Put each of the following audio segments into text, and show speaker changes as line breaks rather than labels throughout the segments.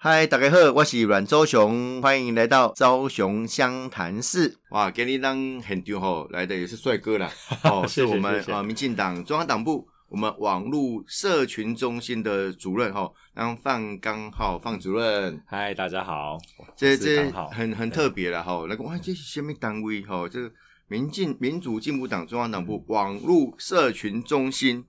嗨，大家好，我是阮周雄，欢迎来到昭雄湘潭市。哇，给你当很丢吼，来的也是帅哥 啦，哦，
谢谢
是我们
谢谢
呃民进党中央党部我们网络社群中心的主任哈，让范刚浩范主任，
嗨，大家好，
这
我是
这
刚好
很很特别了哈。那个哇，这是什么单位哈？这个民进民主进步党中央党部网络社群中心，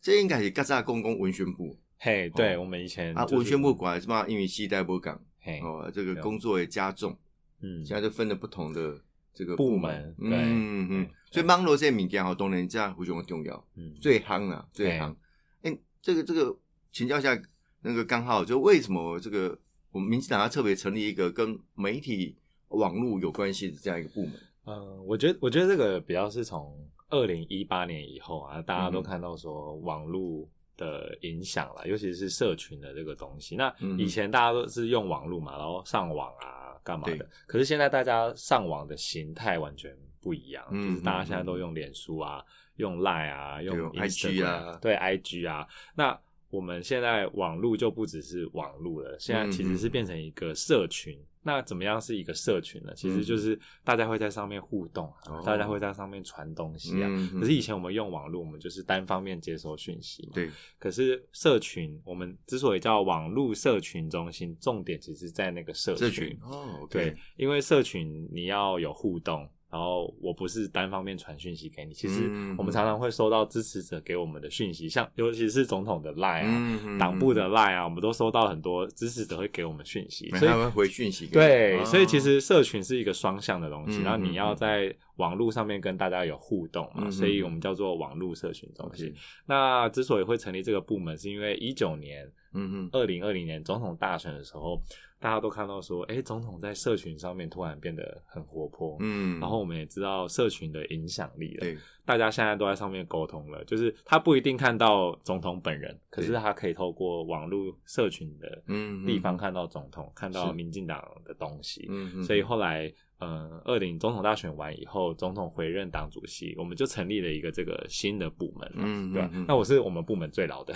这应该是较早公共文宣部
嘿，对我们以前
啊，
就是
文宣部，管是嘛，因为西代波港。
嘿，
哦，这个
对啊
工作也加重，
嗯，
现在就分了不同的这个
部
门
门，
嗯
对
嗯嗯
对，
所以网络这些物件吼，当然这样非常重要，
嗯
最夯啊，最
对
夯。哎，这个这个，请教一下那个刚好，就为什么这个我们民进党要特别成立一个跟媒体网络有关系的这样一个部门？
呃，我觉得我觉得这个比较是从二零一八年以后啊，大家
嗯
都看到说网络的影响啦，尤其是社群的这个东西。那
嗯
以前大家都是用网络嘛，然后上网啊干嘛
对
的，可是现在大家上网的形态完全不一样，
嗯
就是大家现在
嗯
都用脸书啊，用 Line 啊，用
对用 IG 啊
Instagram 对 IG 啊，那。我们现在网络就不只是网络了，现在
嗯
其实是变成一个社群。那怎么样是一个社群呢？其实就是大家会在上面互动啊、
嗯哦
大家会在上面传东西啊。
嗯
可是以前我们用网络，我们就是单方面接收讯息嘛。
对，
可是社群，我们之所以叫网络社群中心，重点其实在那个社
社群哦，OK，
对，因为社群你要有互动，然后我不是单方面传讯息给你。其实
嗯
我们常常会收到支持者给我们的讯息，像尤其是总统的 Line 啊、
嗯
党部的，Line 啊，我们都收到很多支持者会给我们讯息，
所
所
以
以
他们回讯息给你，
对，
哦
所以其实社群是一个双向的东西，
嗯
然后
嗯
你要
嗯
在网络上面跟大家有互动嘛，
嗯嗯
所以我们叫做网络社群中心。
OK，
那之所以会成立这个部门，是因为一九年、
嗯嗯，
二零二零年总统大选的时候，大家都看到说，哎，总统在社群上面突然变得很活泼，
嗯，
然后我们也知道社群的影响力了，
对，
大家现在都在上面沟通了，就是他不一定看到总统本人，可是
对
他可以透过网络社群的
嗯
地方，看到总统，看到
是
民进党的东西。
嗯嗯
所以后来，呃，二零总统大选完以后，总统回任党主席，我们就成立了一个这个新的部门嘛，
嗯嗯
对吧
嗯？
那我是我们部门最 老的，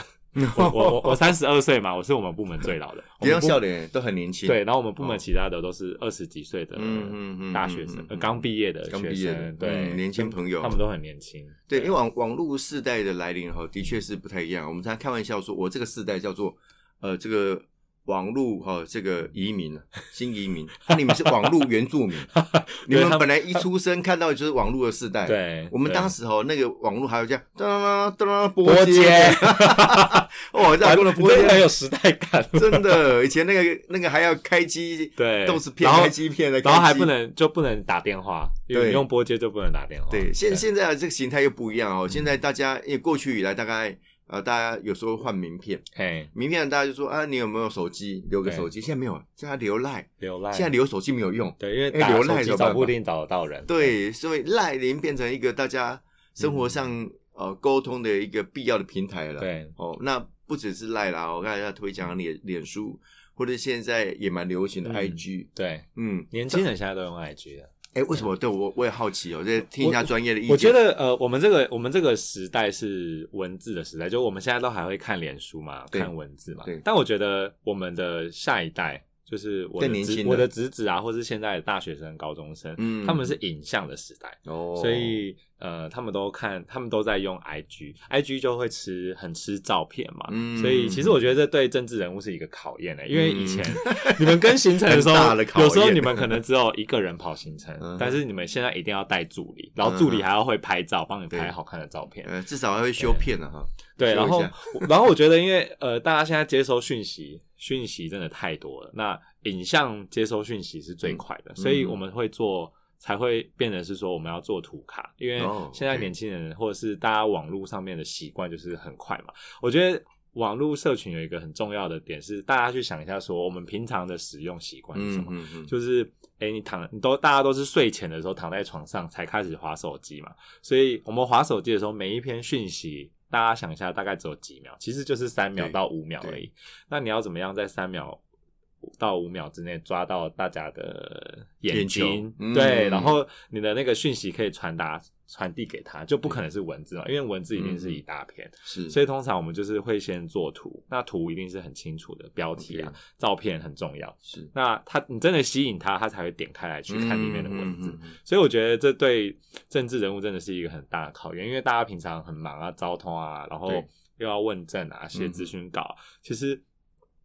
我我我我三十二岁嘛，我是我们部门最 老的，
这
我们
样
部
笑脸都很年轻，
对，然后我们部
哦
门其他的都是二十几岁的
嗯嗯嗯
大学生
嗯嗯，
呃刚毕业的
刚
学
毕业的
生，对
嗯年轻朋友
他们都很年轻，
对，因为网网络世代的来临哈，的确是不太一样。我们常开玩笑说，我这个世代叫做呃这个网络哈、这个移 民啊新移民，那你们是网络原住民，你们本来一出生看到的就是网络的世代。，
对，
哎我们当
时
时哦，那个网络还有这样噔噔噔
波
波
接，
哦，这样的波
很
接，
有时 代感，
真的，以前那个那个还要开机
对，
豆豉片，
然后
开机片的，
然后还不。能就不能打电话，因为
对
你用拨接就不能打电话。
对，哦现现在的这个形态又不一样哦。现
嗯
在大家因为过去以来，大概呃，大家有时候换名片，
嘿
名片大家就说啊，你有没有手机？留个
对
手机，现在没有，现在留赖，
留赖，
现在留手机没有用。
对，因为
哎
打
留
手
赖
机
怎么
找
办
不一
吧
定找得到人。，
对，所以赖已经变成一个大家生活上呃沟通的一个必要的平台了。，
嗯对，
哦，那不只是赖啦，我看大家推讲脸脸书，或者现在也蛮流行的
嗯
IG。
对，
嗯，
年轻人现在都用 IG 了。
哎，为什么？对我我也好奇哦，这听一下专业的意见。
我觉得呃，我们这个我们这个时代是文字的时代，就我们现在都还会看脸书嘛，
对
看文字嘛。
对
但我觉得我们的下一代，就是我
更
的
年
侄
轻的
我的侄子啊，或是现在的大学生、高中生，
嗯
他们是影像的时代。
哦，
所以，呃，他们都看，他们都在用 I G，I G 就会吃很吃照片嘛，
嗯
所以其实我觉得这对政治人物是一个考验的、欸因为以前 你们跟行程的时候
嗯 很大的，考验
有时候你们可能只有一个人跑行程
嗯哼，嗯
但是你们现在一定要带助理，然后助理还要会拍照，帮你
对
拍好看的照片，
呃，至少还会修片了哈。
对，
说
然
一
后
下
然后我觉得，因为呃，大家现在接收讯息，讯息真的太多了。那影像接收讯息是最
嗯
快的，所以我们会做，才会变成是说我们要做图卡，因为
哦
现在年轻人或者是大家网络上面的习惯就是很快嘛。我觉得网络社群有一个很重要的点是，大家去想一下，说我们平常的使用习惯是什么？
嗯嗯，
就是诶，你躺你都大家都是睡前的时候躺在床上才开始划手机嘛，所以我们划手机的时候，每一篇讯息。大家想一下，大概只有几秒，其实就是三秒
对
到五秒
对
而已。那你要怎么样在三秒到五秒之内抓到大家的
眼
眼
球
睛，
嗯
对，然后你的那个讯息可以传达传递给他，就不可能是文字嘛，因为文字一
嗯
定是一大片，
是，
所以通常我们就是会先做图，那图一定是很清楚的标题啊
OK
照片很重要。
是
那他你真的吸引他，他才会点开来去看里面的文
嗯
字。
嗯嗯嗯
所以我觉得这对政治人物真的是一个很大的考验，因为大家平常很忙啊，交通啊，然后
对
又要问政啊，写咨询稿，其实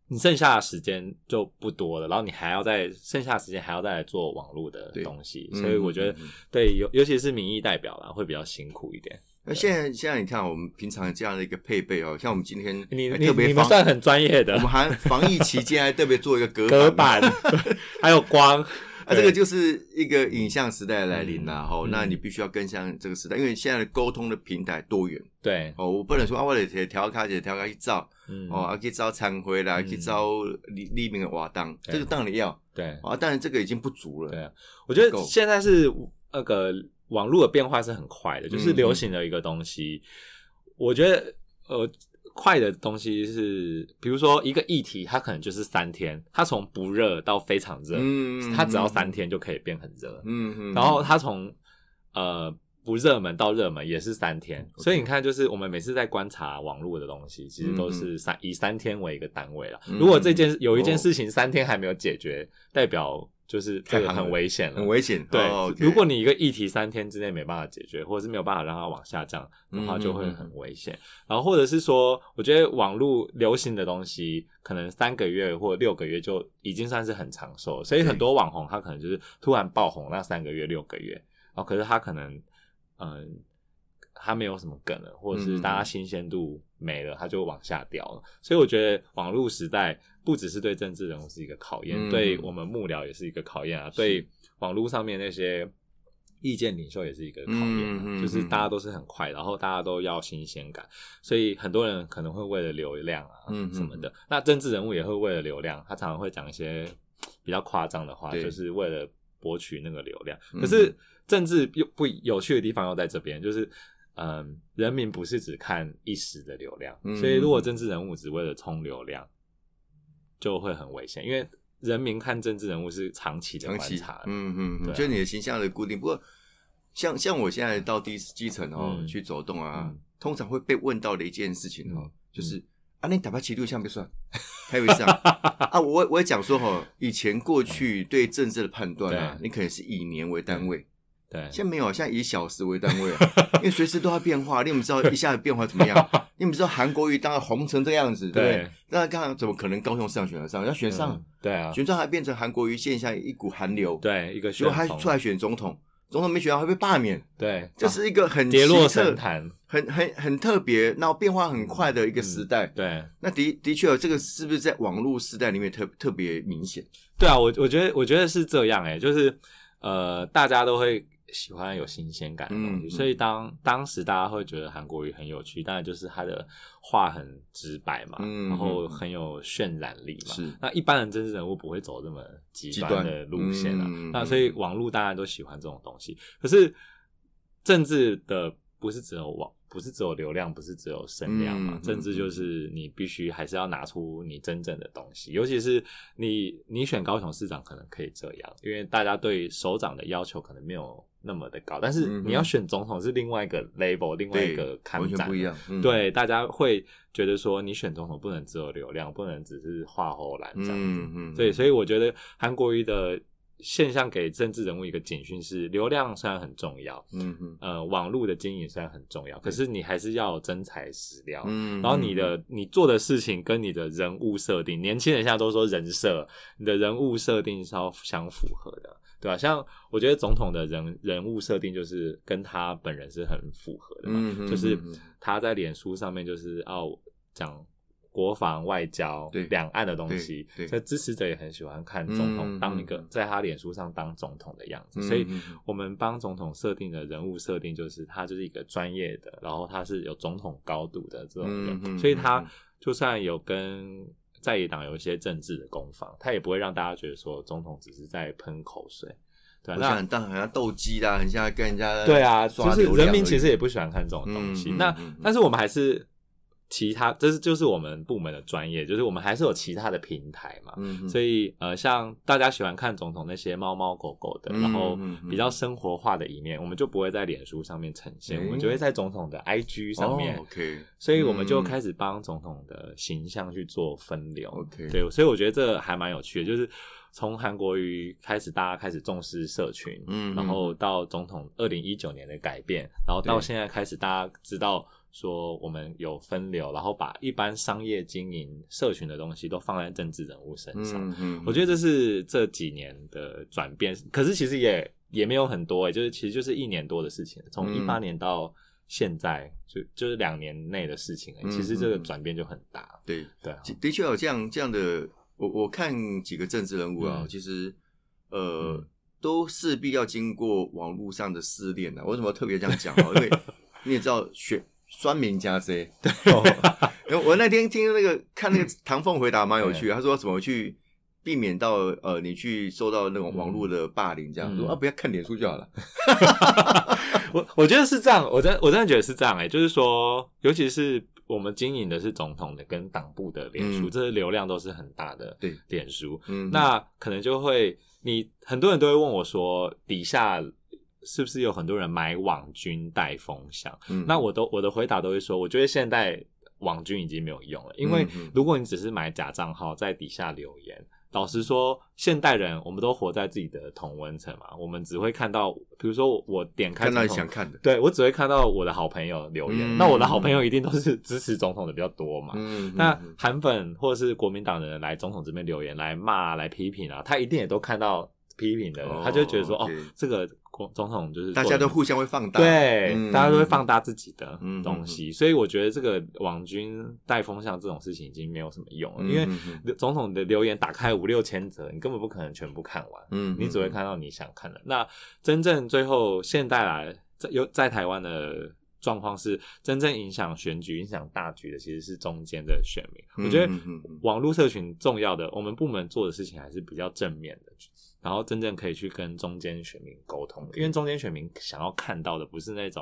你剩下的时间就不多了，然后你还要在剩下的时间还要再来做网络的
对
东西，
嗯
所以我觉得
嗯嗯嗯
对尤尤其是民意代表啦，会比较辛苦一点。
那现在现在你看，我们平常这样的一个配备哦，像我们今天
你
还
你
特别
你们
防
算很专业的
我们还防疫期间还特别做一个隔
隔
板嘛
板 还有光，
啊，这个就是一个影像时代的来临啦。
嗯
吼，
嗯
那你必须要跟上这个时代，因为现在的沟通的平台多元
对，
哦，我不能说啊，我得调卡姐调卡去照
嗯，
哦，啊去招参会啦，
嗯
去招立立民的瓦当，
对
这个当然要
对，
啊，当然这个已经不足
对
了。
啊，我觉得
不够
现在是那个网络的变化是很快的，就是
嗯
流行的一个东西，我觉得呃。快的东西是，比如说一个议题，它可能就是三天，它从不热到非常热，
嗯
它只要三天就可以变很热。
嗯嗯
然后它从呃不热门到热门也是三天，
嗯 OK
所以你看，就是我们每次在观察网络的东西，其实都是三、以三天为一个单位了。
嗯
如果这件有一件
哦
事情三天还没有解决，代表就是这个
太夯了
很危险了，
很危险。
对，
哦，OK
如果你一个议题三天之内没办法解决，或者是没有办法让它往下降的话，
嗯
就会
嗯嗯
很危险。然后或者是说，我觉得网络流行的东西，可能三个月或六个月就已经算是很长寿了，所以
对
很多网红他可能就是突然爆红那三个月、六个月，然后可是他可能嗯。他没有什么梗了，或者是大
嗯
家
嗯
新鲜度没了，他就往下掉了。所以我觉得网络时代不只是对政治人物是一个考验，
嗯
对我们幕僚也是一个考验啊，对网络上面那些意见领袖也是一个考验啊、
嗯嗯
就是大家都是很快，然后大家都要新鲜感，所以很多人可能会为了流量啊
嗯嗯
什么的，那政治人物也会为了流量，他常常会讲一些比较夸张的话，
对
就是为了博取那个流量。
嗯
可是政治又不有趣的地方又在这边，就是。嗯，人民不是只看一时的流量，
嗯
所以如果政治人物只为了冲流量，就会很危险，因为人民看政治人物是长期的
长
观
期
察，，
嗯嗯，嗯
对啊
就你的形象的固定。不过，像像我现在到地基层哦、
嗯
去走动啊、
嗯
通常会被问到的一件事情哦，
嗯
就是、啊，你打牌骑录像不算，开玩笑啊。我我也讲说哦，以前过去对政治的判断啊，
对
你可能是以年为单位，
对，
现在没有，现在以小时为单位啊，因为随时都要变化。你怎么知道一下子变化怎么样？你怎么知道韩国瑜当然红成这样子，对不对
对？
那刚刚怎么可能高雄市长选得上？要选上
嗯，对啊，
选上还变成韩国瑜线下一股寒流，
对一个
结果
选
他
风
出来选总统，总统没选上会被罢免，
对，
这
啊
是一个很
跌落
奇特
神坛，嗯
很很很特别，然后变化很快的一个时代。
对
那的的确，这个是不是在网络时代里面特特别明显？
对啊，我我觉得我觉得是这样哎、就是呃，大家都会喜欢有新鲜感的东
嗯
西，
嗯
所以当当时大家会觉得韩国语很有趣，当然就是他的话很直白嘛，
嗯
然后很有渲染力嘛，
是
那一般人政治人物不会走这么极端的路线啊。
极端嗯
那所以网络大家都喜欢这种东西，可是政治的不是只有网，不是只有流量，不是只有声量嘛。
嗯嗯
政治就是你必须还是要拿出你真正的东西，尤其是你你选高雄市长可能可以这样，因为大家对首长的要求可能没有那么的高，但是
嗯哼
你要选总统是另外一个 label，另外一
对
个，看
完全
展
不一样。嗯，
对，大家会觉得说，你选总统不能只有流量，不能只是画后栏这样子。
嗯嗯，
对，所以我觉得韩国瑜的现象给政治人物一个警讯是：流量虽然很重要，
嗯嗯
呃，网络的经营虽然很重要，可是你还是要有真材实料。
嗯，
然后你的你做的事情跟你的人物设定，年轻人现在都说人设，你的人物设定是要相符合的，对吧、像我觉得总统的人人物设定就是跟他本人是很符合的嘛，
嗯嗯
就是
嗯嗯
他在脸书上面就是哦讲国防、外交、
对
两岸的东西
对对，
所以支持者也很喜欢看总
嗯
统当一个
嗯
在他脸书上当总统的样子，
嗯
所以
嗯嗯
我们帮总统设定的人物设定就是他就是一个专业的，然后他是有总统高度的这种人，
嗯嗯
所以
嗯
他
嗯
就算有跟在野党有一些政治的攻防，他也不会让大家觉得说总统只是在喷口水。对啊，
很
那
像当很像斗鸡啦，很像跟人家
对啊，
刷
就是
流量
人民
而已
其实也不喜欢看这种东西。
嗯嗯
那、
嗯嗯
但是我们还是其他，这是就是我们部门的专业，就是我们还是有其他的平台嘛。
嗯哼，
所以呃，像大家喜欢看总统那些猫猫狗狗的，
嗯
然后
嗯嗯
比较生活化的一面，我们就不会在脸书上面呈现，
诶
我们就会在总统的 IG 上面。
哦、OK，
所以我们就
嗯
开始帮总统的形象去做分流。
OK
对，所以我觉得这还蛮有趣的，就是从韩国瑜开始，大家开始重视社群，
嗯
然后到总统二零一九年的改变，然后到
对
现在开始，大家知道说我们有分流，然后把一般商业经营、社群的东西都放在政治人物身上。
嗯嗯，
我觉得这是这几年的转变，可是其实也也没有很多诶、就是其实就是一年多的事情，从一
嗯
八年到现在、就就是两年内的事情、欸，
嗯
其实这
嗯
个
嗯
转变就很大，
对，
对啊，
其的确有这样这样的，我我看几个政治人物啊，
嗯
其实呃、
嗯
都势必要经过网络上的试炼的。为什么特别这样讲啊？ 因为你也知道选。酸民加 C，对、哦， 我那天听那个看那 个唐凤回答蛮有趣
嗯
的，他说怎么去避免到呃你去受到那种网络的霸凌，这样、
嗯
说啊不要看脸书就好了，
我我觉得是这样，我真我真的觉得是这样哎、就是说，尤其是我们经营的是总统的跟党部的脸书，
嗯
这些流量都是很大的
对
脸书，
嗯，
那可能就会你很多人都会问我说，底下是不是有很多人买网军带风向？
嗯
那我都我的回答都会说，我觉得现在网军已经没有用了，因为
嗯嗯
如果你只是买假账号在底下留言，老实说，现代人我们都活在自己的同温层嘛，我们只会看到，比如说我我点开
看到你
总统
想看的，
对我只会看到我的好朋友留言，
嗯
那我的好朋友一定都是支持总统的比较多嘛，
嗯，
啊那
嗯
韩粉或者是国民党的人来总统这边留言、来骂、来批评啊，他一定也都看到批评的人，
哦
他就会觉得说，哦
OK，
这个国总统就是
大
做
家
得
都互相会放大，
对，
嗯
大家都会放大自己的
嗯
东西，所以我觉得这个网军带风向这种事情已经没有什么用了，
嗯
因为
嗯嗯
总统的留言打开五六千则，你根本不可能全部看完，
嗯，
你只会
嗯
看到你想看的。那真正最后现代来在有在台湾的状况是，真正影响选举、影响大局的其实是中间的选民。
嗯
我觉得
嗯嗯嗯
网络社群重要的，我们部门做的事情还是比较正面的。然后真正可以去跟中间选民沟通，因为中间选民想要看到的不是那种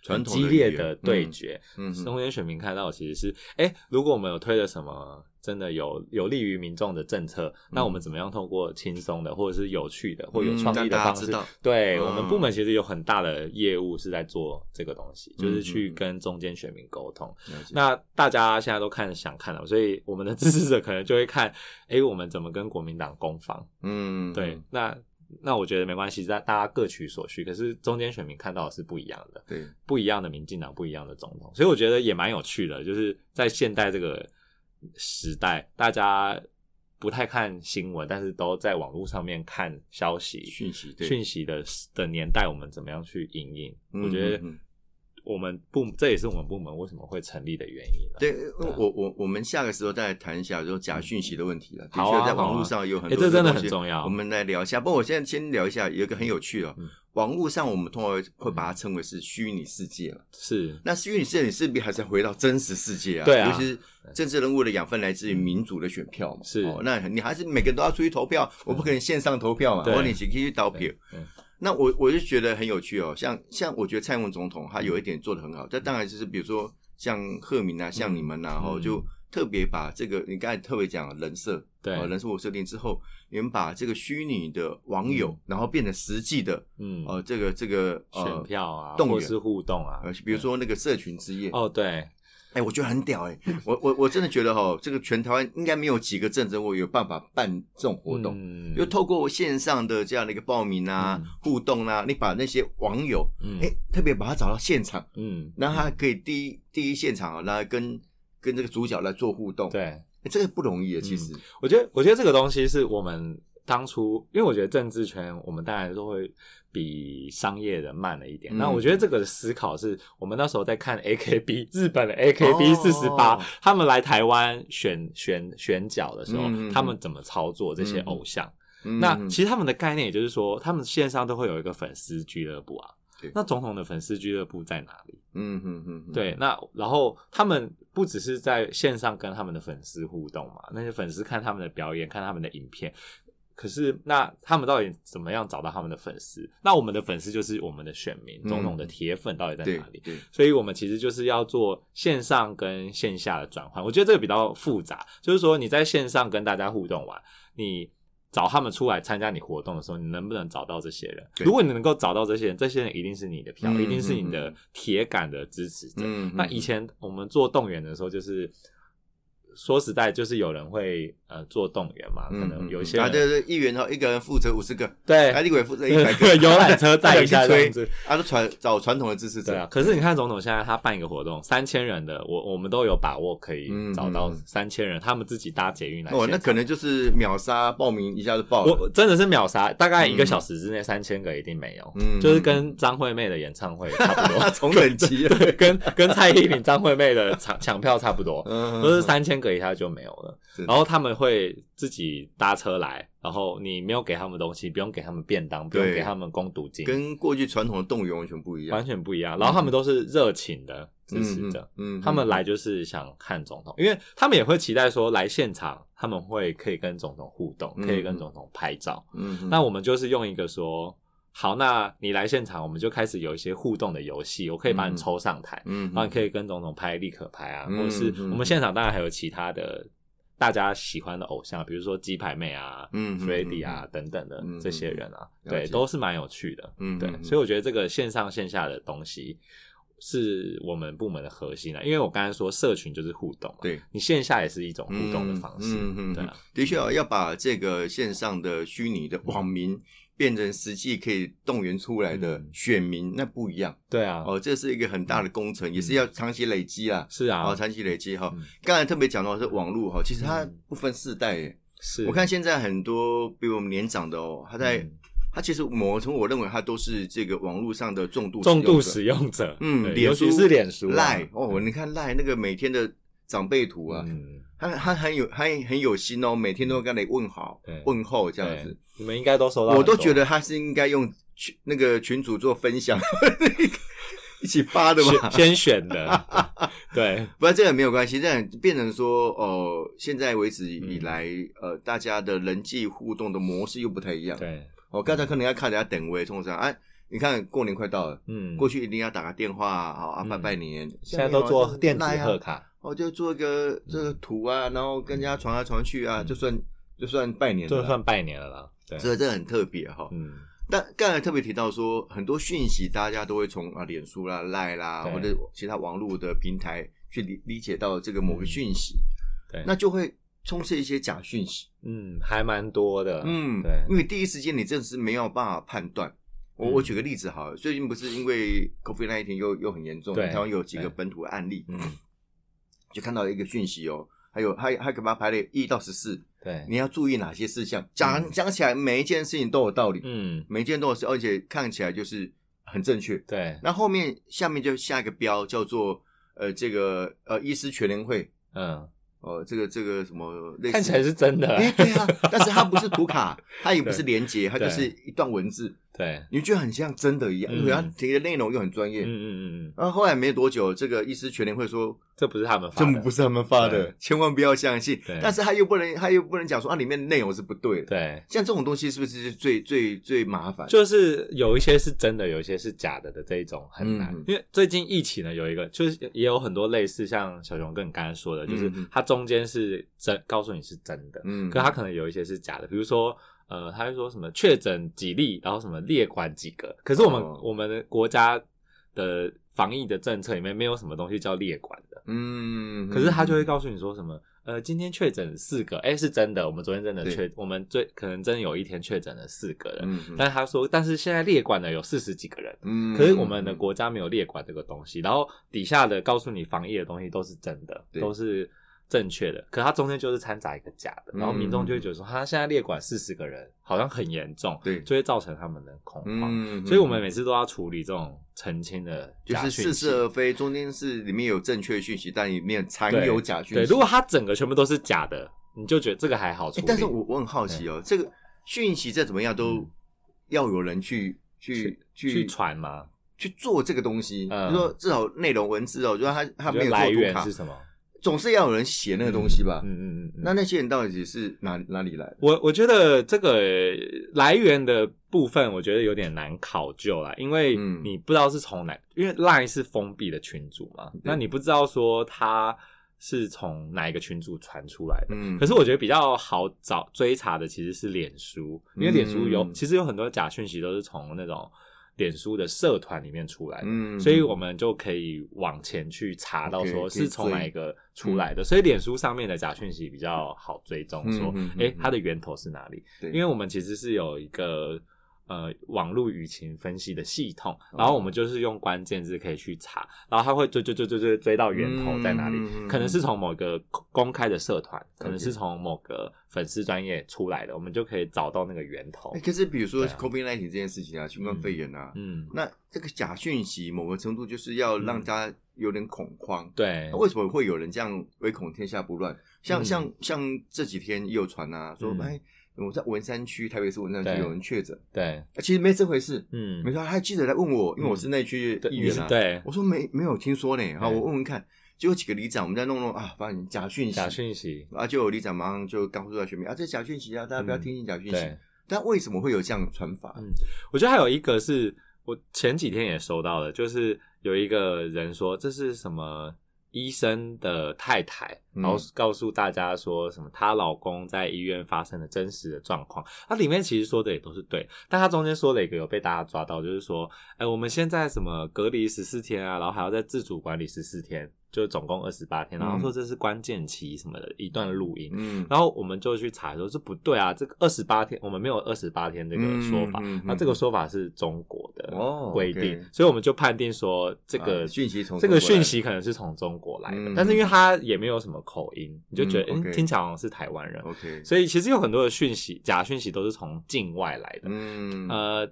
传
很
统
激
的
烈
语言
的
嗯
对决，
嗯哼
中间选民看到的其实是，哎、如果我们有推了什么真的有有利于民众的政策，
嗯
那我们怎么样透过轻松的或者是有趣的或有创意
让
的
大家
方
知
式？
道
对、
嗯
我们部门其实有很大的业务是在做这个东西，就是去
嗯嗯嗯
跟中间选民沟通。
了解
那大家现在都看想看了，所以我们的支持者可能就会看，哎、我们怎么跟国民党攻防？
嗯，
对，那那我觉得没关系，大大家各取所需。可是中间选民看到的是不一样的。
对，
不一样的民进党，不一样的总统，所以我觉得也蛮有趣的。就是在现代这个时代，大家不太看新闻，但是都在网络上面看消息、
讯息对
讯息的的年代，我们怎么样去应应？
嗯
我觉得
嗯嗯
我们部这也是我们部门为什么会成立的原因啊了。，
对，我我我们下个时候再来谈一下就是假讯息的问题了。的
好啊
确，在
好
网
啊
络上有很
诶
多
这真的
东西
很重要
我们来聊一下。不过我现在先聊一下，有一个很有趣的哦
嗯，
网络上我们通常会会把它称为是虚拟世界了。
是
那虚拟世界你势必还是要回到真实世界啊，
对啊
尤其是政治人物的养分来自于民主的选票嘛，
是
哦，那你还是每个人都要出去投票，我不可能线上投票嘛，
对
我你只可以去投票
对对。
那我我就觉得很有趣哦，像像我觉得蔡英文总统他有一点做的很好，这当然就是比如说像贺明啊，像你们啊，然后
嗯
就特别把这个你刚才特别讲了人设，
对
哦人设我设定之后，你们把这个虚拟的网友
嗯，
然后变成实际的
嗯、
呃这个这个呃
选票啊，
动员
或是互动啊
呃，，比如说那个社群之夜，
哦对，
哎、我觉得很屌哎、我我我真的觉得哈，这个全台湾应该没有几个政治人物有办法办这种活动，
嗯
就透过线上的这样的一个报名啊、
嗯
互动啊，你把那些网友，
嗯
哎、特别把他找到现场，
嗯，
让他可以第一第一现场啊，让他跟跟这个主角来做互动，
对。
哎这个不容易的，其实，
我觉得，我觉得这个东西是我们当初，因为我觉得政治圈，我们当然都会比商业的慢了一点。
嗯
那我觉得这个思考是我们那时候在看 AKB 日本的 AKB 四十八
哦，
他们来台湾选选选角的时候，
嗯嗯嗯
他们怎么操作这些
嗯嗯
偶像？
嗯
那其实他们的概念也就是说，他们线上都会有一个粉丝俱乐部啊
对。
那总统的粉丝俱乐部在哪里？
嗯嗯嗯，嗯，
对，那然后他们不只是在线上跟他们的粉丝互动嘛，那些粉丝看他们的表演，看他们的影片，可是那他们到底怎么样找到他们的粉丝？那我们的粉丝就是我们的选民，
嗯
总统的铁粉到底在
对
哪里？
对，
所以我们其实就是要做线上跟线下的转换。我觉得这个比较复杂，就是说你在线上跟大家互动完，你找他们出来参加你活动的时候，你能不能找到这些人？
对
如果你能够找到这些人，这些人一定是你的票，
嗯
一定是你的
嗯
铁杆的支持者。
嗯，
那以前我们做动员的时候，就是说实在，就是有人会呃做动员嘛，可能有一些
啊，
人、
对对，议员哈，一个人负责五十个，
对
啊，立委负责一百 个，
游览车载一下这样子。
啊，都传找传统的支持者
对啊，可是你看总统现在他办一个活动，三千人的，我我们都有把握可以
嗯
找到
嗯
三千人，他们自己搭捷运来现
哦，
场。
那可能就是秒杀报名一下就爆
我
了，
真的是秒杀，大概一个小时之内三千个一定没有，
嗯
就是跟张惠妹的演唱会差 不
那
多，
同等级，
对，跟跟蔡依林、张惠妹的抢 抢票差不多，
嗯
都是三千个以下就没有了。
真的
然后他们会自己搭车来，然后你没有给他们东西，不用给他们便当，不用
对
给他们工读金，
跟过去传统的动员完全不一样
完，全不一样。然后他们都是热情的支持者，
嗯，嗯，嗯
他们来就是想看总统，因为他们也会期待说来现场，他们会可以跟总统互动，
嗯
可以跟总统拍照。
嗯，嗯
那我们就是用一个说，好，那你来现场，我们就开始有一些互动的游戏，我可以把你抽上台，
嗯，
然后你啊可以跟总统拍立可拍啊，
嗯
或者是
嗯
我们现场当然还有其他的大家喜欢的偶像，比如说鸡排妹啊、
嗯嗯
f r e d d y 啊等等的
嗯
这些人啊，
嗯了
对，
解
都是蛮有趣的。
嗯，嗯
对，
嗯
所以我觉得这个线上线下的东西是我们部门的核心啊，因为我刚才说社群就是互动嘛，
对，
你线下也是一种互动的方式，
嗯嗯嗯
对啊，
的确啊，要把这个线上的虚拟的网民变成实际可以动员出来的
嗯
选民，那不一样
对啊，
哦。这是一个很大的工程，也是要长期累积啊。
是啊，
哦，长期累积哈
嗯。
刚才特别讲到是网络哈，其实它
嗯
不分世代耶。
是
我看现在很多比我们年长的哦，他在
嗯
他其实某从我认为他都是这个网络上的重度
重度
使用者
使用者，
嗯，
对
脸
尤
书
其是脸书啊
赖哦，你看赖那个每天的长辈图啊，
嗯，
他他很有他很有心哦，每天都跟你问好
对、
问候这
这
样子，，
你们应该都收到很多，
我都觉得他是应该用群那个群主做分享， 一起发的嘛
先。先选的， 对，
不过这个没有关系，这样变成说哦，现在为止
嗯
以来，呃，大家的人际互动的模式又不太一样。
对，
哦，刚才可能要看人家等位冲上，哎、你看过年快到了，
嗯，
过去一定要打个电话啊，好啊
嗯
拜拜年，
现在都做电子嗯
赖啊
贺卡，
哦，就做一个这个图啊，然后跟人家传来传去啊，就算就算拜年了
嗯就
啦，
算拜年了啦，对，
所以这很特别哈、
嗯，
但刚才特别提到说，很多讯息大家都会从啊脸书啦、赖啦
对
或者其他网络的平台去理理解到这个某个讯息，
嗯对，
那就会充斥一些假讯息。
嗯还蛮多的，
嗯，
对，
因为第一时间你真的是没有办法判断。我
嗯
我举个例子好了，最近不是因为 COVID 那一天又又很严重，
对
台湾有几个
对
本土案例，
嗯，
就看到一个讯息哦，还有还还给它排列一到十四，
对，
你要注意哪些事项？讲讲起来，每一件事情都有道理，
嗯，
每一件都有事，而且看起来就是很正确。
对，
那后面下面就下一个标叫做呃这个呃医师全联会，
嗯，
呃这个这个什么类似
看起来是真的，
哎对 啊，但是它不是图卡，它也不是
对
连接，它就
对
是一段文字，
对，
你觉得很像真的一样，
嗯
因为它提的内容又很专业
嗯。嗯嗯嗯，
然后后来没多久，这个医师全联会说
这不是他们发
这
的，
不是他们发的
对，
千万不要相信
对。
但是他又不能，他又不能讲说啊，里面的内容是不对的。
对，
像这种东西是不是最最最麻烦？
就是有一些是真的，有一些是假的的这一种很难，
嗯
因为最近疫情呢有一个，就是也有很多类似像小熊跟你刚才说的，就是
嗯嗯
它中间是真告诉你是真的，
嗯
可它可能有一些是假的，比如说。呃，他会说什么确诊几例，然后什么列管几个，可是我们、
哦
我们的国家的防疫的政策里面没有什么东西叫列管的，
嗯，
可是他就会告诉你说什么，呃，今天确诊四个，哎、是真的，我们昨天真的确，我们最可能真有一天确诊了四个人，
嗯，嗯
但是他说，但是现在列管的有四十几个人，
嗯
可是我们的国家没有列管这个东西，然后底下的告诉你防疫的东西都是真的，
对
都是正确的，可它中间就是掺杂一个假的，
嗯
然后民众就会觉得说，他现在列管四十个人好像很严重，
对
就会造成他们的恐慌，
嗯，嗯
所以我们每次都要处理这种澄清的
就
假
是
讯息，
似是而非，中间是里面有正确讯息，但里面藏
对
有假讯
对，
息。
如果它整个全部都是假的，你就觉得这个还好处
诶
理，
哎但是我我很好奇哦，这个讯息再怎么样都
嗯
要有人去去
去传吗？
去做这个东西，
嗯
就说至少内容文字哦，就说他他
你觉
没有
得来
做图
源
卡
是，什么？
总是要有人写那个东西吧？
嗯嗯嗯嗯。
那那些人到底是哪哪里来的？
我我觉得这个呃来源的部分，我觉得有点难考究啦，因为
嗯
你不知道是从哪，因为 LINE 是封闭的群组嘛，
嗯
那你不知道说它是从哪一个群组传出来的。
嗯，
可是我觉得比较好找追查的其实是脸书，因为脸书有、
嗯
其实有很多假讯息都是从那种脸书的社团里面出来的，
嗯
所以我们就可以往前去查到
OK，
说
可
是
以
从
追
哪一个出来的，所以脸书上面的假讯息比较好追踪，说
嗯嗯嗯
诶
嗯
它的源头是哪里？
对
因为我们其实是有一个。呃，网络舆情分析的系统，然后
哦
我们就是用关键字可以去查，然后它会追追追追追追到源头在哪里，
嗯
可能是从某个公公开的社团，可能
OK
是从某个粉丝专业出来的，我们就可以找到那个源头
哎。可是比如说
对啊
COVID 1 9这件事情啊，新冠
嗯
肺炎啊，
嗯，
那这个假讯息某个程度就是要让
嗯
大家有点恐慌。
对
那，为什么会有人这样唯恐天下不乱？像、
哎嗯
像像这几天也有传啊，说
嗯
哎、我在文山区，台北市文山
对
区有人确诊，
对，
啊其实没这回事。
嗯
没，错，还有记者来问我，因为我是那区
对
议
你
员
是
啊，
对
我说没没有听说呢，好，
嗯
我问问看。结果几个里长我们在弄弄啊，发现假讯息，
假讯息，
啊，就有里长马上就告诉他选民啊，这假讯息啊，大家不要听信假讯息。
嗯对。
但为什么会有这样的传法？
嗯我觉得还有一个是我前几天也收到了，就是有一个人说这是什么医生的太太，
嗯
然后告诉大家说什么她老公在医院发生的真实的状况。它里面其实说的也都是对，但它中间说了一个有被大家抓到，就是说，哎，我们现在什么隔离十四天啊，然后还要再自主管理十四天，就总共二十八天，然后说这是关键期什么的一段录音。
嗯，
然后我们就去查说这不对啊，这个二十八天我们没有二十八天这个说法，
嗯嗯嗯
那这个说法是中国
哦
的规定，
OK
所以我们就判定说这个、
啊讯息从
这个
中国来
讯息可能是从中国来的，
嗯
但是因为它也没有什么口音，你就觉得
嗯
嗯
OK
听起来好像是台湾人，
OK，
所以其实有很多的讯息假讯息都是从境外来的，
嗯
呃，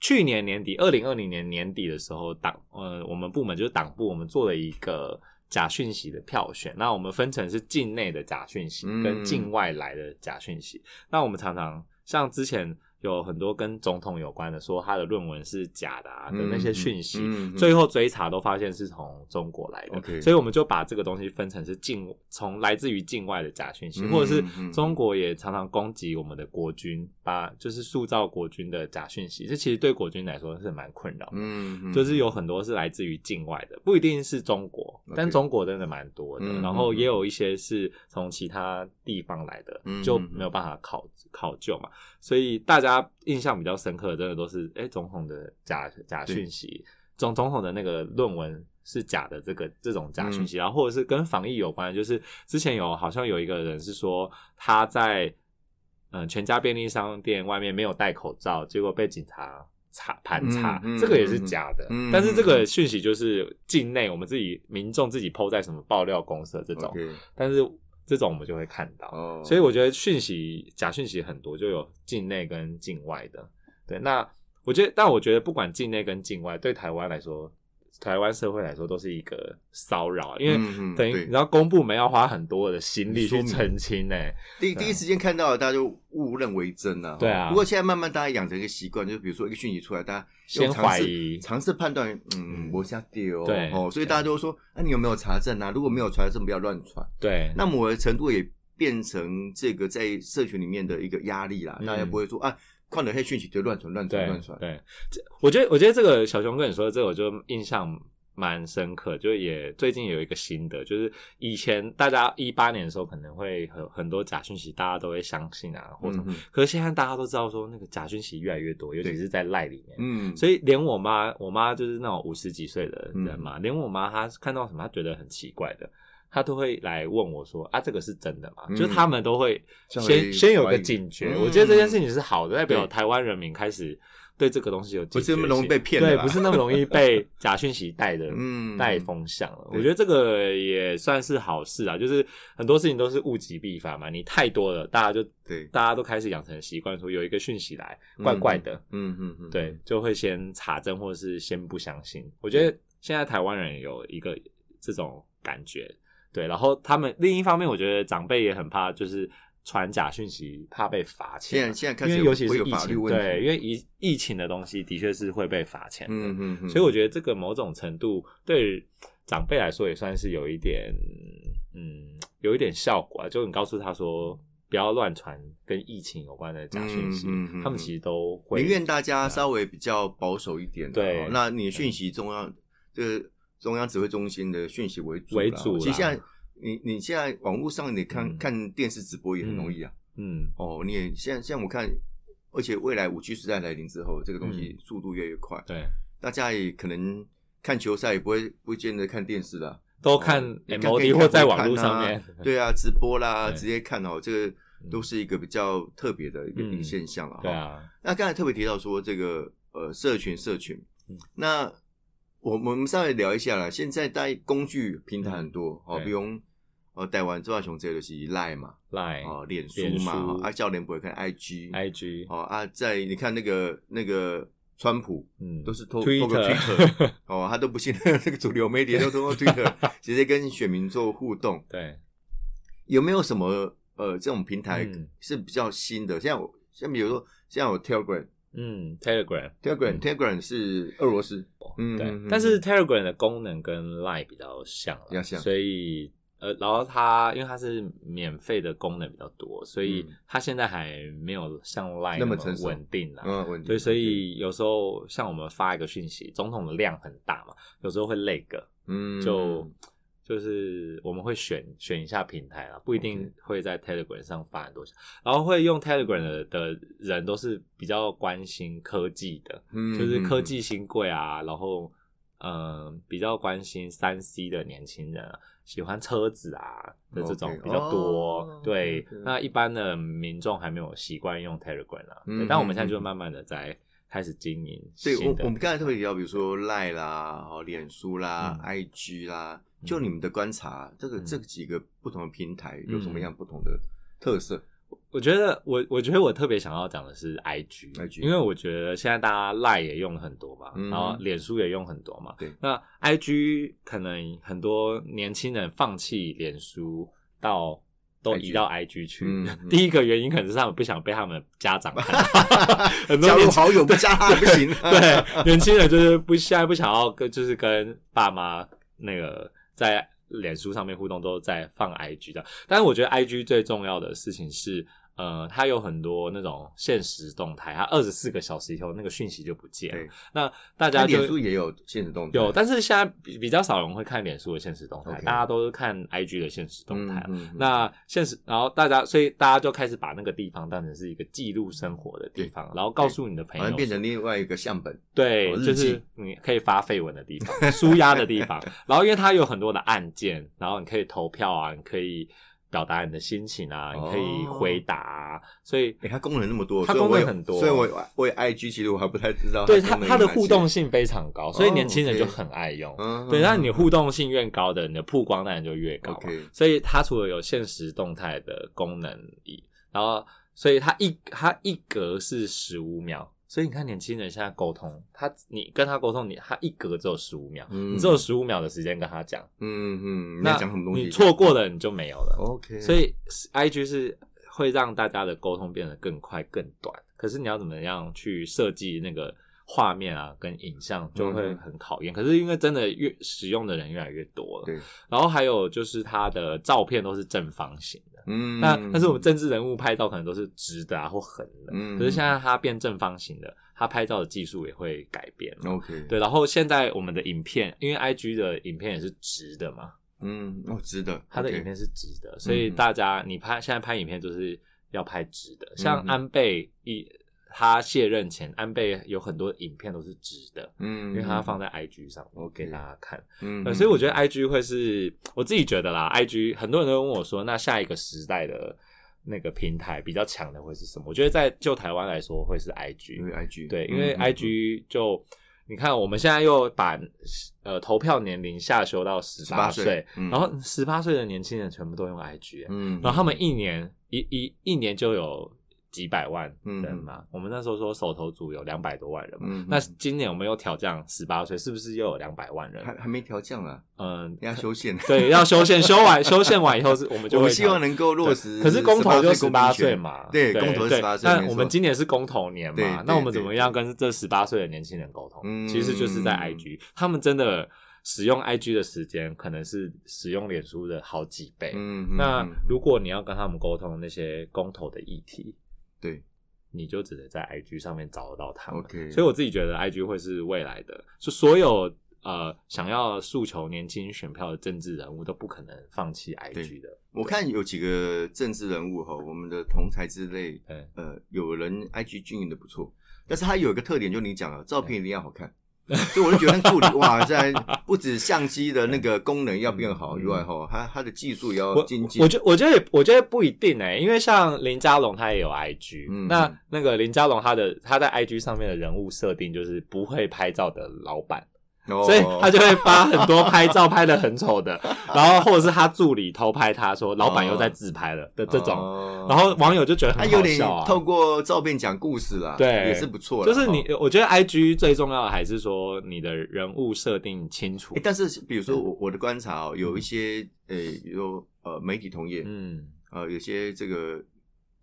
去年年底，二零二零年年底的时候，党呃，我们部门就是党部，我们做了一个假讯息的票选。那我们分成是境内的假讯息
嗯
跟境外来的假讯息。那我们常常像之前有很多跟总统有关的，说他的论文是假的啊的那些讯息。
嗯嗯嗯
最后追查都发现是从中国来的
OK
所以我们就把这个东西分成是境从来自于境外的假讯息，
嗯
或者是
嗯
中国也常常攻击我们的国军，把就是塑造国军的假讯息，这其实对国军来说是蛮困扰的。
嗯嗯
就是有很多是来自于境外的，不一定是中国，但中国真的蛮多的。
嗯
然后也有一些是从其他地方来的，
嗯
就没有办法考考究嘛。所以大家印象比较深刻的，真的都是哎、诶总统的假假
对
讯息，总总统的那个论文。是假的，这个这种假
嗯
讯息，然后或者是跟防疫有关，就是之前有好像有一个人是说他在嗯、呃全家便利商店外面没有戴口罩，结果被警察查盘查，
嗯嗯
这个也是假假的，
嗯
但是这个讯息就是境内我们自己民众自己 PO 在什么爆料公社这种
OK，
但是这种我们就会看到，
哦，
所以我觉得讯息假讯息很多，就有境内跟境外的。对，那我觉得，但我觉得不管境内跟境外，对台湾来说，台湾社会来说都是一个骚扰，啊因为
嗯嗯
等于
对
你知道，公部门要花很多的心力
说
去
明
澄清欸呢、啊
第第一时间看到的大家就误认为真了。
对啊
不过现在慢慢大家养成一个习惯，就是比如说一个讯息出来，大家
先
用尝试
怀疑
尝试判断，嗯
嗯，
我瞎丢哦
对
哦，所以大家都说，那你有没有查证啊？如果没有查证，不要乱传。
对，
那某的程度也变成这个在社群里面的一个压力啦，
嗯
大家不会说啊，看了黑讯息就乱传、乱传、
对
乱传。
对，这我觉得我觉得这个小熊跟你说的这个，我就印象蛮深刻，就也最近有一个心得，就是以前大家一八年的时候可能会很很多假讯息，大家都会相信啊，或什么。
嗯
可是现在大家都知道说那个假讯息越来越多，尤其
对
是在赖里面。
嗯，
所以连我妈，我妈就是那种五十几岁的人
嗯
嘛，连我妈她看到什么，她觉得很奇怪的，她都会来问我说啊，这个是真的吗？
嗯
就是他们都会
稍微
先先有
怀
个
疑
警觉，
嗯
我觉得这件事情是好的，代表
对
台湾人民开始对这个东西有
不
警
是那么
觉
容易
性
被骗
对，
的啦
不是那么容易被假讯息带的。
嗯
带风向了，我
对
觉得这个也算是好事啊，就是很多事情都是物极必反嘛，你太多了，大家就
对，
大家都开始养成习惯，说有一个讯息来，怪怪的，
嗯嗯嗯，
对，就会先查证或是先不相信。我
嗯
觉得现在台湾人有一个这种感觉，对。然后他们另一方面，我觉得长辈也很怕，就是传假讯息，怕被罚
现在
钱。啊
现在开
因
始
为尤其
会
是
有
疫
法律
情，
问题，
对，因为疫疫情的东西的确是会被罚钱的，
嗯嗯嗯，
所以我觉得这个某种程度对于长辈来说也算是有一点嗯有一点效果啊，就你告诉他说不要乱传跟疫情有关的假讯息，
嗯嗯嗯嗯
他们其实都会
宁愿大家稍微比较保守一点啊。
啊对
哦那你讯息中央这个中央指挥中心的讯息为主
为
啦
主
其实
啦
现在你你现在网络上你看
嗯
看电视直播也很容易啊。
嗯
哦，你也现在现在我看，而且未来五 G 时代来临之后，这个东西
嗯
速度越来越快，
对。
大家也可能看球赛也不会不见得看电视了。
都看
哦你
MOD
可以
或在
看
网络上面，
啊对啊，直播啦，
对
直接看哦，这个都是一个比较特别的一个一个
嗯
现象了。 哦
对，啊，
那刚才特别提到说这个呃社群社群
嗯，
那我我们稍微聊一下啦。现在在工具平台很多，哦，
嗯对
比如呃台湾周大雄这个就是 Line 嘛，
Line、
哦，脸书
哎脸
嘛，
书哎
哦啊教练不会看 IG，
IG，
哦啊在你看那个那个川普。
嗯，
都是透透 过
Twitter，
哦，他都不信 任这个主流媒体，都通过 Twitter 直接跟选民做互动。
对，
有没有什么呃这种平台
嗯
是比较新的？像我像比如说像有 Telegram，
嗯，Telegram，
Telegram、
嗯
Telegram 是俄罗斯，嗯
对
嗯嗯，
但是 Telegram 的功能跟 Line 比较像啦，
比较像
所以呃，然后它因为它是免费的功能比较多，所以
嗯
它现在还没有像 Line
那么
么
成熟
稳定啦。
嗯，问题
对，所以有时候像我们发一个讯息，总统的量很大嘛，有时候会累个，
嗯
就、就是我们会选选一下平台啦，不一定
OK
会在 Telegram 上发很多项然后会用 Telegram 的的人都是比较关心科技的，
嗯
就是科技新贵啊，然后嗯、呃比较关心三 C 的年轻人、啊，喜欢车子啊的这种
OK，
比较多。
哦
对
OK，OK
那一般的民众还没有习惯用 Telegram 啊，
嗯
对但我们
嗯
现在就
嗯
慢慢的在开始经营
对
新
我
的
我们刚才特别提到，比如说 Line 啦、哦脸书啦、
嗯
IG 啦，
嗯
就你们的观察，这个
嗯
这几个不同的平台有什么样不同的特色？
我觉得我我觉得我特别想要讲的是 I G
IG
因为我觉得现在大家 Line 也用了很多嘛，
嗯
然后脸书也用很多嘛。
对
那 I G 可能很多年轻人放弃脸书到。都
IG
移到 IG 去，
嗯嗯
第一个原因可能是他们不想被他们家长看 到，很多
加
年
入
轻
好友不加他不行，
对，年轻人就是不现在不想要跟就是跟爸妈那个在脸书上面互动，都在放 IG 的。但是我觉得 IG 最重要的事情是，呃，它有很多那种现实动态，它二十四个小时以后那个讯息就不见
对
了。那大
那
家就
脸书也有现实动态，
有，但是现在比比较少人会看脸书的现实动态
OK
大家都是看 IG 的现实动态了。
嗯嗯嗯
那现实，然后大家，所以大家就开始把那个地方当成是一个记录生活的地方，然后告诉你的朋
好像
友
变成另外一个相本，
对
哦，日
就是
记
你可以发绯闻的地方、 舒压的地 方。然后，因为它有很多的案件，然后你可以投票啊，你可以表达你的心情啊，你可以回答、啊，所以
哦哎，它功能那么多，
它
所以我
功能
有
很多
所以我有我有 IG 其实我还不太知道
对
它
它
功能
它的
有哪些
互动，性非常高，所以
哦
年轻人就
OK
很爱用。
嗯
对，那你互动性越高的，你的曝光当然就越高嘛。
OK
所以它除了有现实动态的功能以，然后所以它一它一格是十五秒，所以你看年轻人现在沟通，他你跟他沟通，你他一格只有十五秒，
嗯
你只有十五秒的时间跟他讲，
嗯嗯，你
那
在讲什么东西？
你错过了你就没有了。
OK，
所以 I G 是会让大家的沟通变得更快更短，可是你要怎么样去设计那个画面啊跟影像，就会
嗯哼
很考验。可是因为真的越使用的人越来越多了，
对，
然后还有就是它的照片都是正方形的，
嗯，
那但是我们政治人物拍照可能都是直的啊或横的，
嗯
可是现在它变正方形的，它拍照的技术也会改变嘛。
嗯 OK，
对，然后现在我们的影片，因为 I G 的影片也是直的嘛，
嗯，哦，值得，
它的
OK
影片是直的，所以
嗯
大家你拍现在拍影片就是要拍直的。像
嗯哼
安倍一他卸任前，安倍有很多影片都是直的，
嗯，
因为他放在 IG 上我
OK
给大家看。
嗯，
呃，
嗯，
所以我觉得 IG 会是我自己觉得啦，IG 很多人都问我说，那下一个时代的那个平台比较强的会是什么？我觉得在就台湾来说会是 IG，
因为 IG
对，因为
嗯嗯
IG 就、你看，我们现在又把呃投票年龄下修到十八
18岁
岁，
嗯
然后十八岁的年轻人全部都用 IG，、
嗯，
然后他们一年一一一年就有几百万人嘛。我们那时候说手头组有两百多万人嘛，
嗯嗯，嗯
那今年我们又调降十八岁，是不是又有两百万人？
还还没调降啊，
嗯，
要修宪，
对，要修宪，修完修宪完以后是我们就
我
会
们希望
调
能够落
对
实18岁公民权，
可是公投就十八岁嘛，
对，
对，
公投
对
十八岁，
那
没
我们
错
今年是公投年
对
嘛
对，
那我们怎么样跟这十八岁的年轻人沟通
嗯？
其实就是在 IG，他们真的使用 IG 的时间可能是使用脸书的好几倍。
嗯，
那
嗯
如果你要跟他们沟通那些公投的议题，
对
你就只能在 IG 上面找得到他们。
OK，
所以我自己觉得 IG 会是未来的，就所有呃想要诉求年轻选票的政治人物都不可能放弃 IG 的。
我看有几个政治人物哈，我们的同才之类，
对
呃，有人 IG 经营的不错，但是他有一个特点，就你讲了，照片一定要好看。
哎
所以我就觉得 助理哇，现在不止相机的那个功能要变好以外，哈，他他的技术也要
哎嗯我
精进
我。觉我觉得也我觉得不一定哎、因为像林佳龙他也有 IG，、
嗯
那那个林佳龙他的他在 IG 上面的人物设定就是不会拍照的老板，
哦
所以他就会发很多拍照拍的很 丑的，然后或者是他助理偷拍他说老板又在自拍了的这种，
哦
然后网友就觉得
他
很
有
好
点
笑啊。
透过哦照片讲故事啦，
对
也是不错啦。
就是你
哈，
我觉得 I G 最重要的还是说你的人物设定清楚
诶。但是比如说
嗯
我我的观察哦，有一些呃，比如说呃媒体同业，
嗯，
呃，有些这个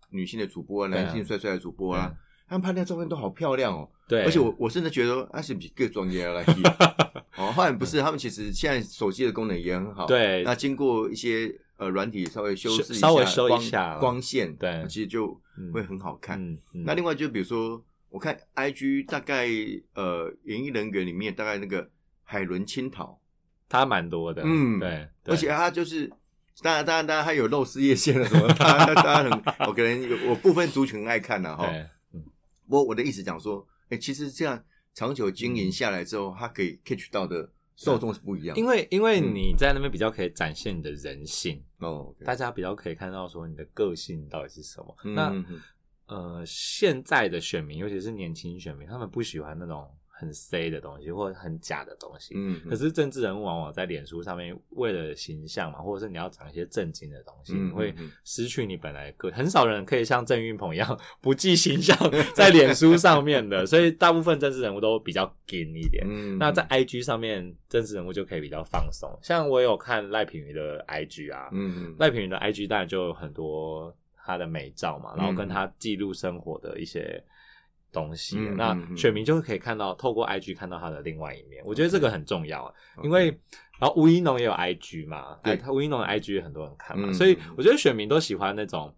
女性的主播啊，
对啊
男性帅帅的主播
嗯
啊，他们拍那照片都好漂亮哦。
对，
而且我我真的觉得那是比各专业 来哦，后来不是，他们其实现在手机的功能也很好。，
对
那经过一些呃软体稍微修饰一下，
稍微修一
光
下
光线，
对
其实就
嗯
会很好看。
嗯嗯
那另外就比如说，我看 IG 大概呃演艺人员里面大概那个海伦青桃，
他蛮多的，
嗯
对，对
而且他就是。当然，当然，当然，他有露事业线了什么？ 当然，当然很，我可能有我部分族群爱看了哈。
对，
我我的意思讲说，哎、其实这样长久经营下来之后，它可以 catch 到的受众是不一样嗯的。
因为因为你在那边比较可以展现你的人性，
哦，OK，
大家比较可以看到说你的个性到底是什么。
嗯
那
嗯嗯
呃，现在的选民，尤其是年轻选民，他们不喜欢那种很 C 的东西或者很假的东西。
嗯，
可是政治人物往往在脸书上面，为了形象嘛，或者是你要讲一些正经的东西，
嗯
你会
嗯嗯
失去你本来的个。很少人可以像郑运鹏一样 不计形象在脸书上面的，所以大部分政治人物都比较紧一点。
嗯
那在 IG 上面，政治人物就可以比较放松。像我有看赖品妤的 IG 啊，
嗯嗯
赖品妤的 IG 当然就有很多她的美照嘛，然后跟
嗯
她记录生活的一些东西。
嗯
那
嗯嗯
选民就会可以看到，透过 IG 看到她的另外一面。我觉得
OK
这个很重要啊，
OK
因为然后吴一农也有 IG 嘛，
对
哎他吴一农的 IG 很多人看嘛，
嗯
所以我觉得选民都喜欢那种。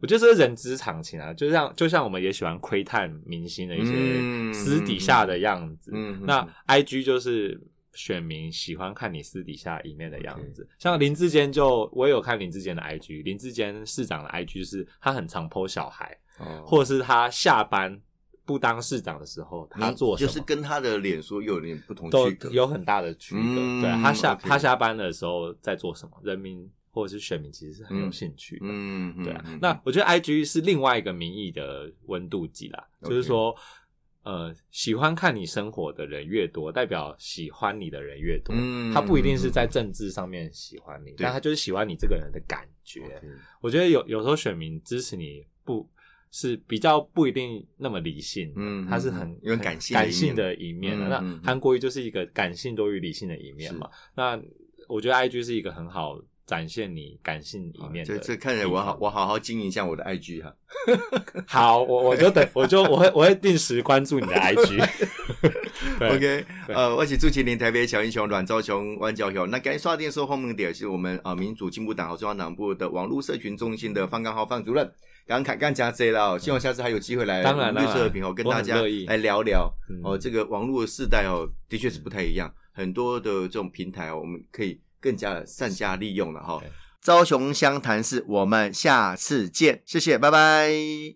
我觉得这是人之常情啊，就像就像我们也喜欢窥探明星的一些
嗯
私底下的样子，
嗯嗯
那 I G 就是选民喜欢看你私底下一面的样子。像林志坚就我也有看林志坚的 I G，林志坚市长的 I G 是他很常 PO 小孩，
哦
或者是他下班不当市长的时候他
你
做什
就
么，
是跟他的脸书又有点不同
都
区隔，
有很大的区隔。
嗯
对他下
OK
他下班的时候在做什么，人民或者是选民其实是很有
嗯
兴趣的。
嗯，嗯
对啊
嗯，
那我觉得 I G 是另外一个民意的温度计啦，
OK
就是说，呃，喜欢看你生活的人越多，代表喜欢你的人越多。
嗯
他不一定是在政治上面喜欢你，
对
但他就是喜欢你这个人的感觉。
OK
我觉得有有时候选民支持你不是比较不一定那么理性的，
嗯
他是
嗯
很
嗯有
很
感性的一面
感性的一面的。
嗯
那
嗯嗯
韩国瑜就是一个感性多于理性的一面嘛。那我觉得 I G 是一个很好展现你感性一面的
哦这。这看起来我好我好好经营一下我的 IG 哈。
好，我我就等，我就我会我会定时关注你的 IG。对
OK，
对
呃，我是朱麒麟，台北小英雄阮昭雄、阮昭雄。那该刷电收后面点是我们啊、呃民主进步党和中央党部的网络社群中心的方刚浩方主任。刚刚刚讲这了哦，希望下次还有机会来
嗯当然
我们绿
当
色
然
和平哦，跟
我
大
很
家
乐意
来聊聊
嗯
哦。这个网络的世代哦，的确是不太一样，很多的这种平台哦，我们可以更加的善加利用了哈、
对
昭雄湘潭市，我们下次见，谢谢，拜拜。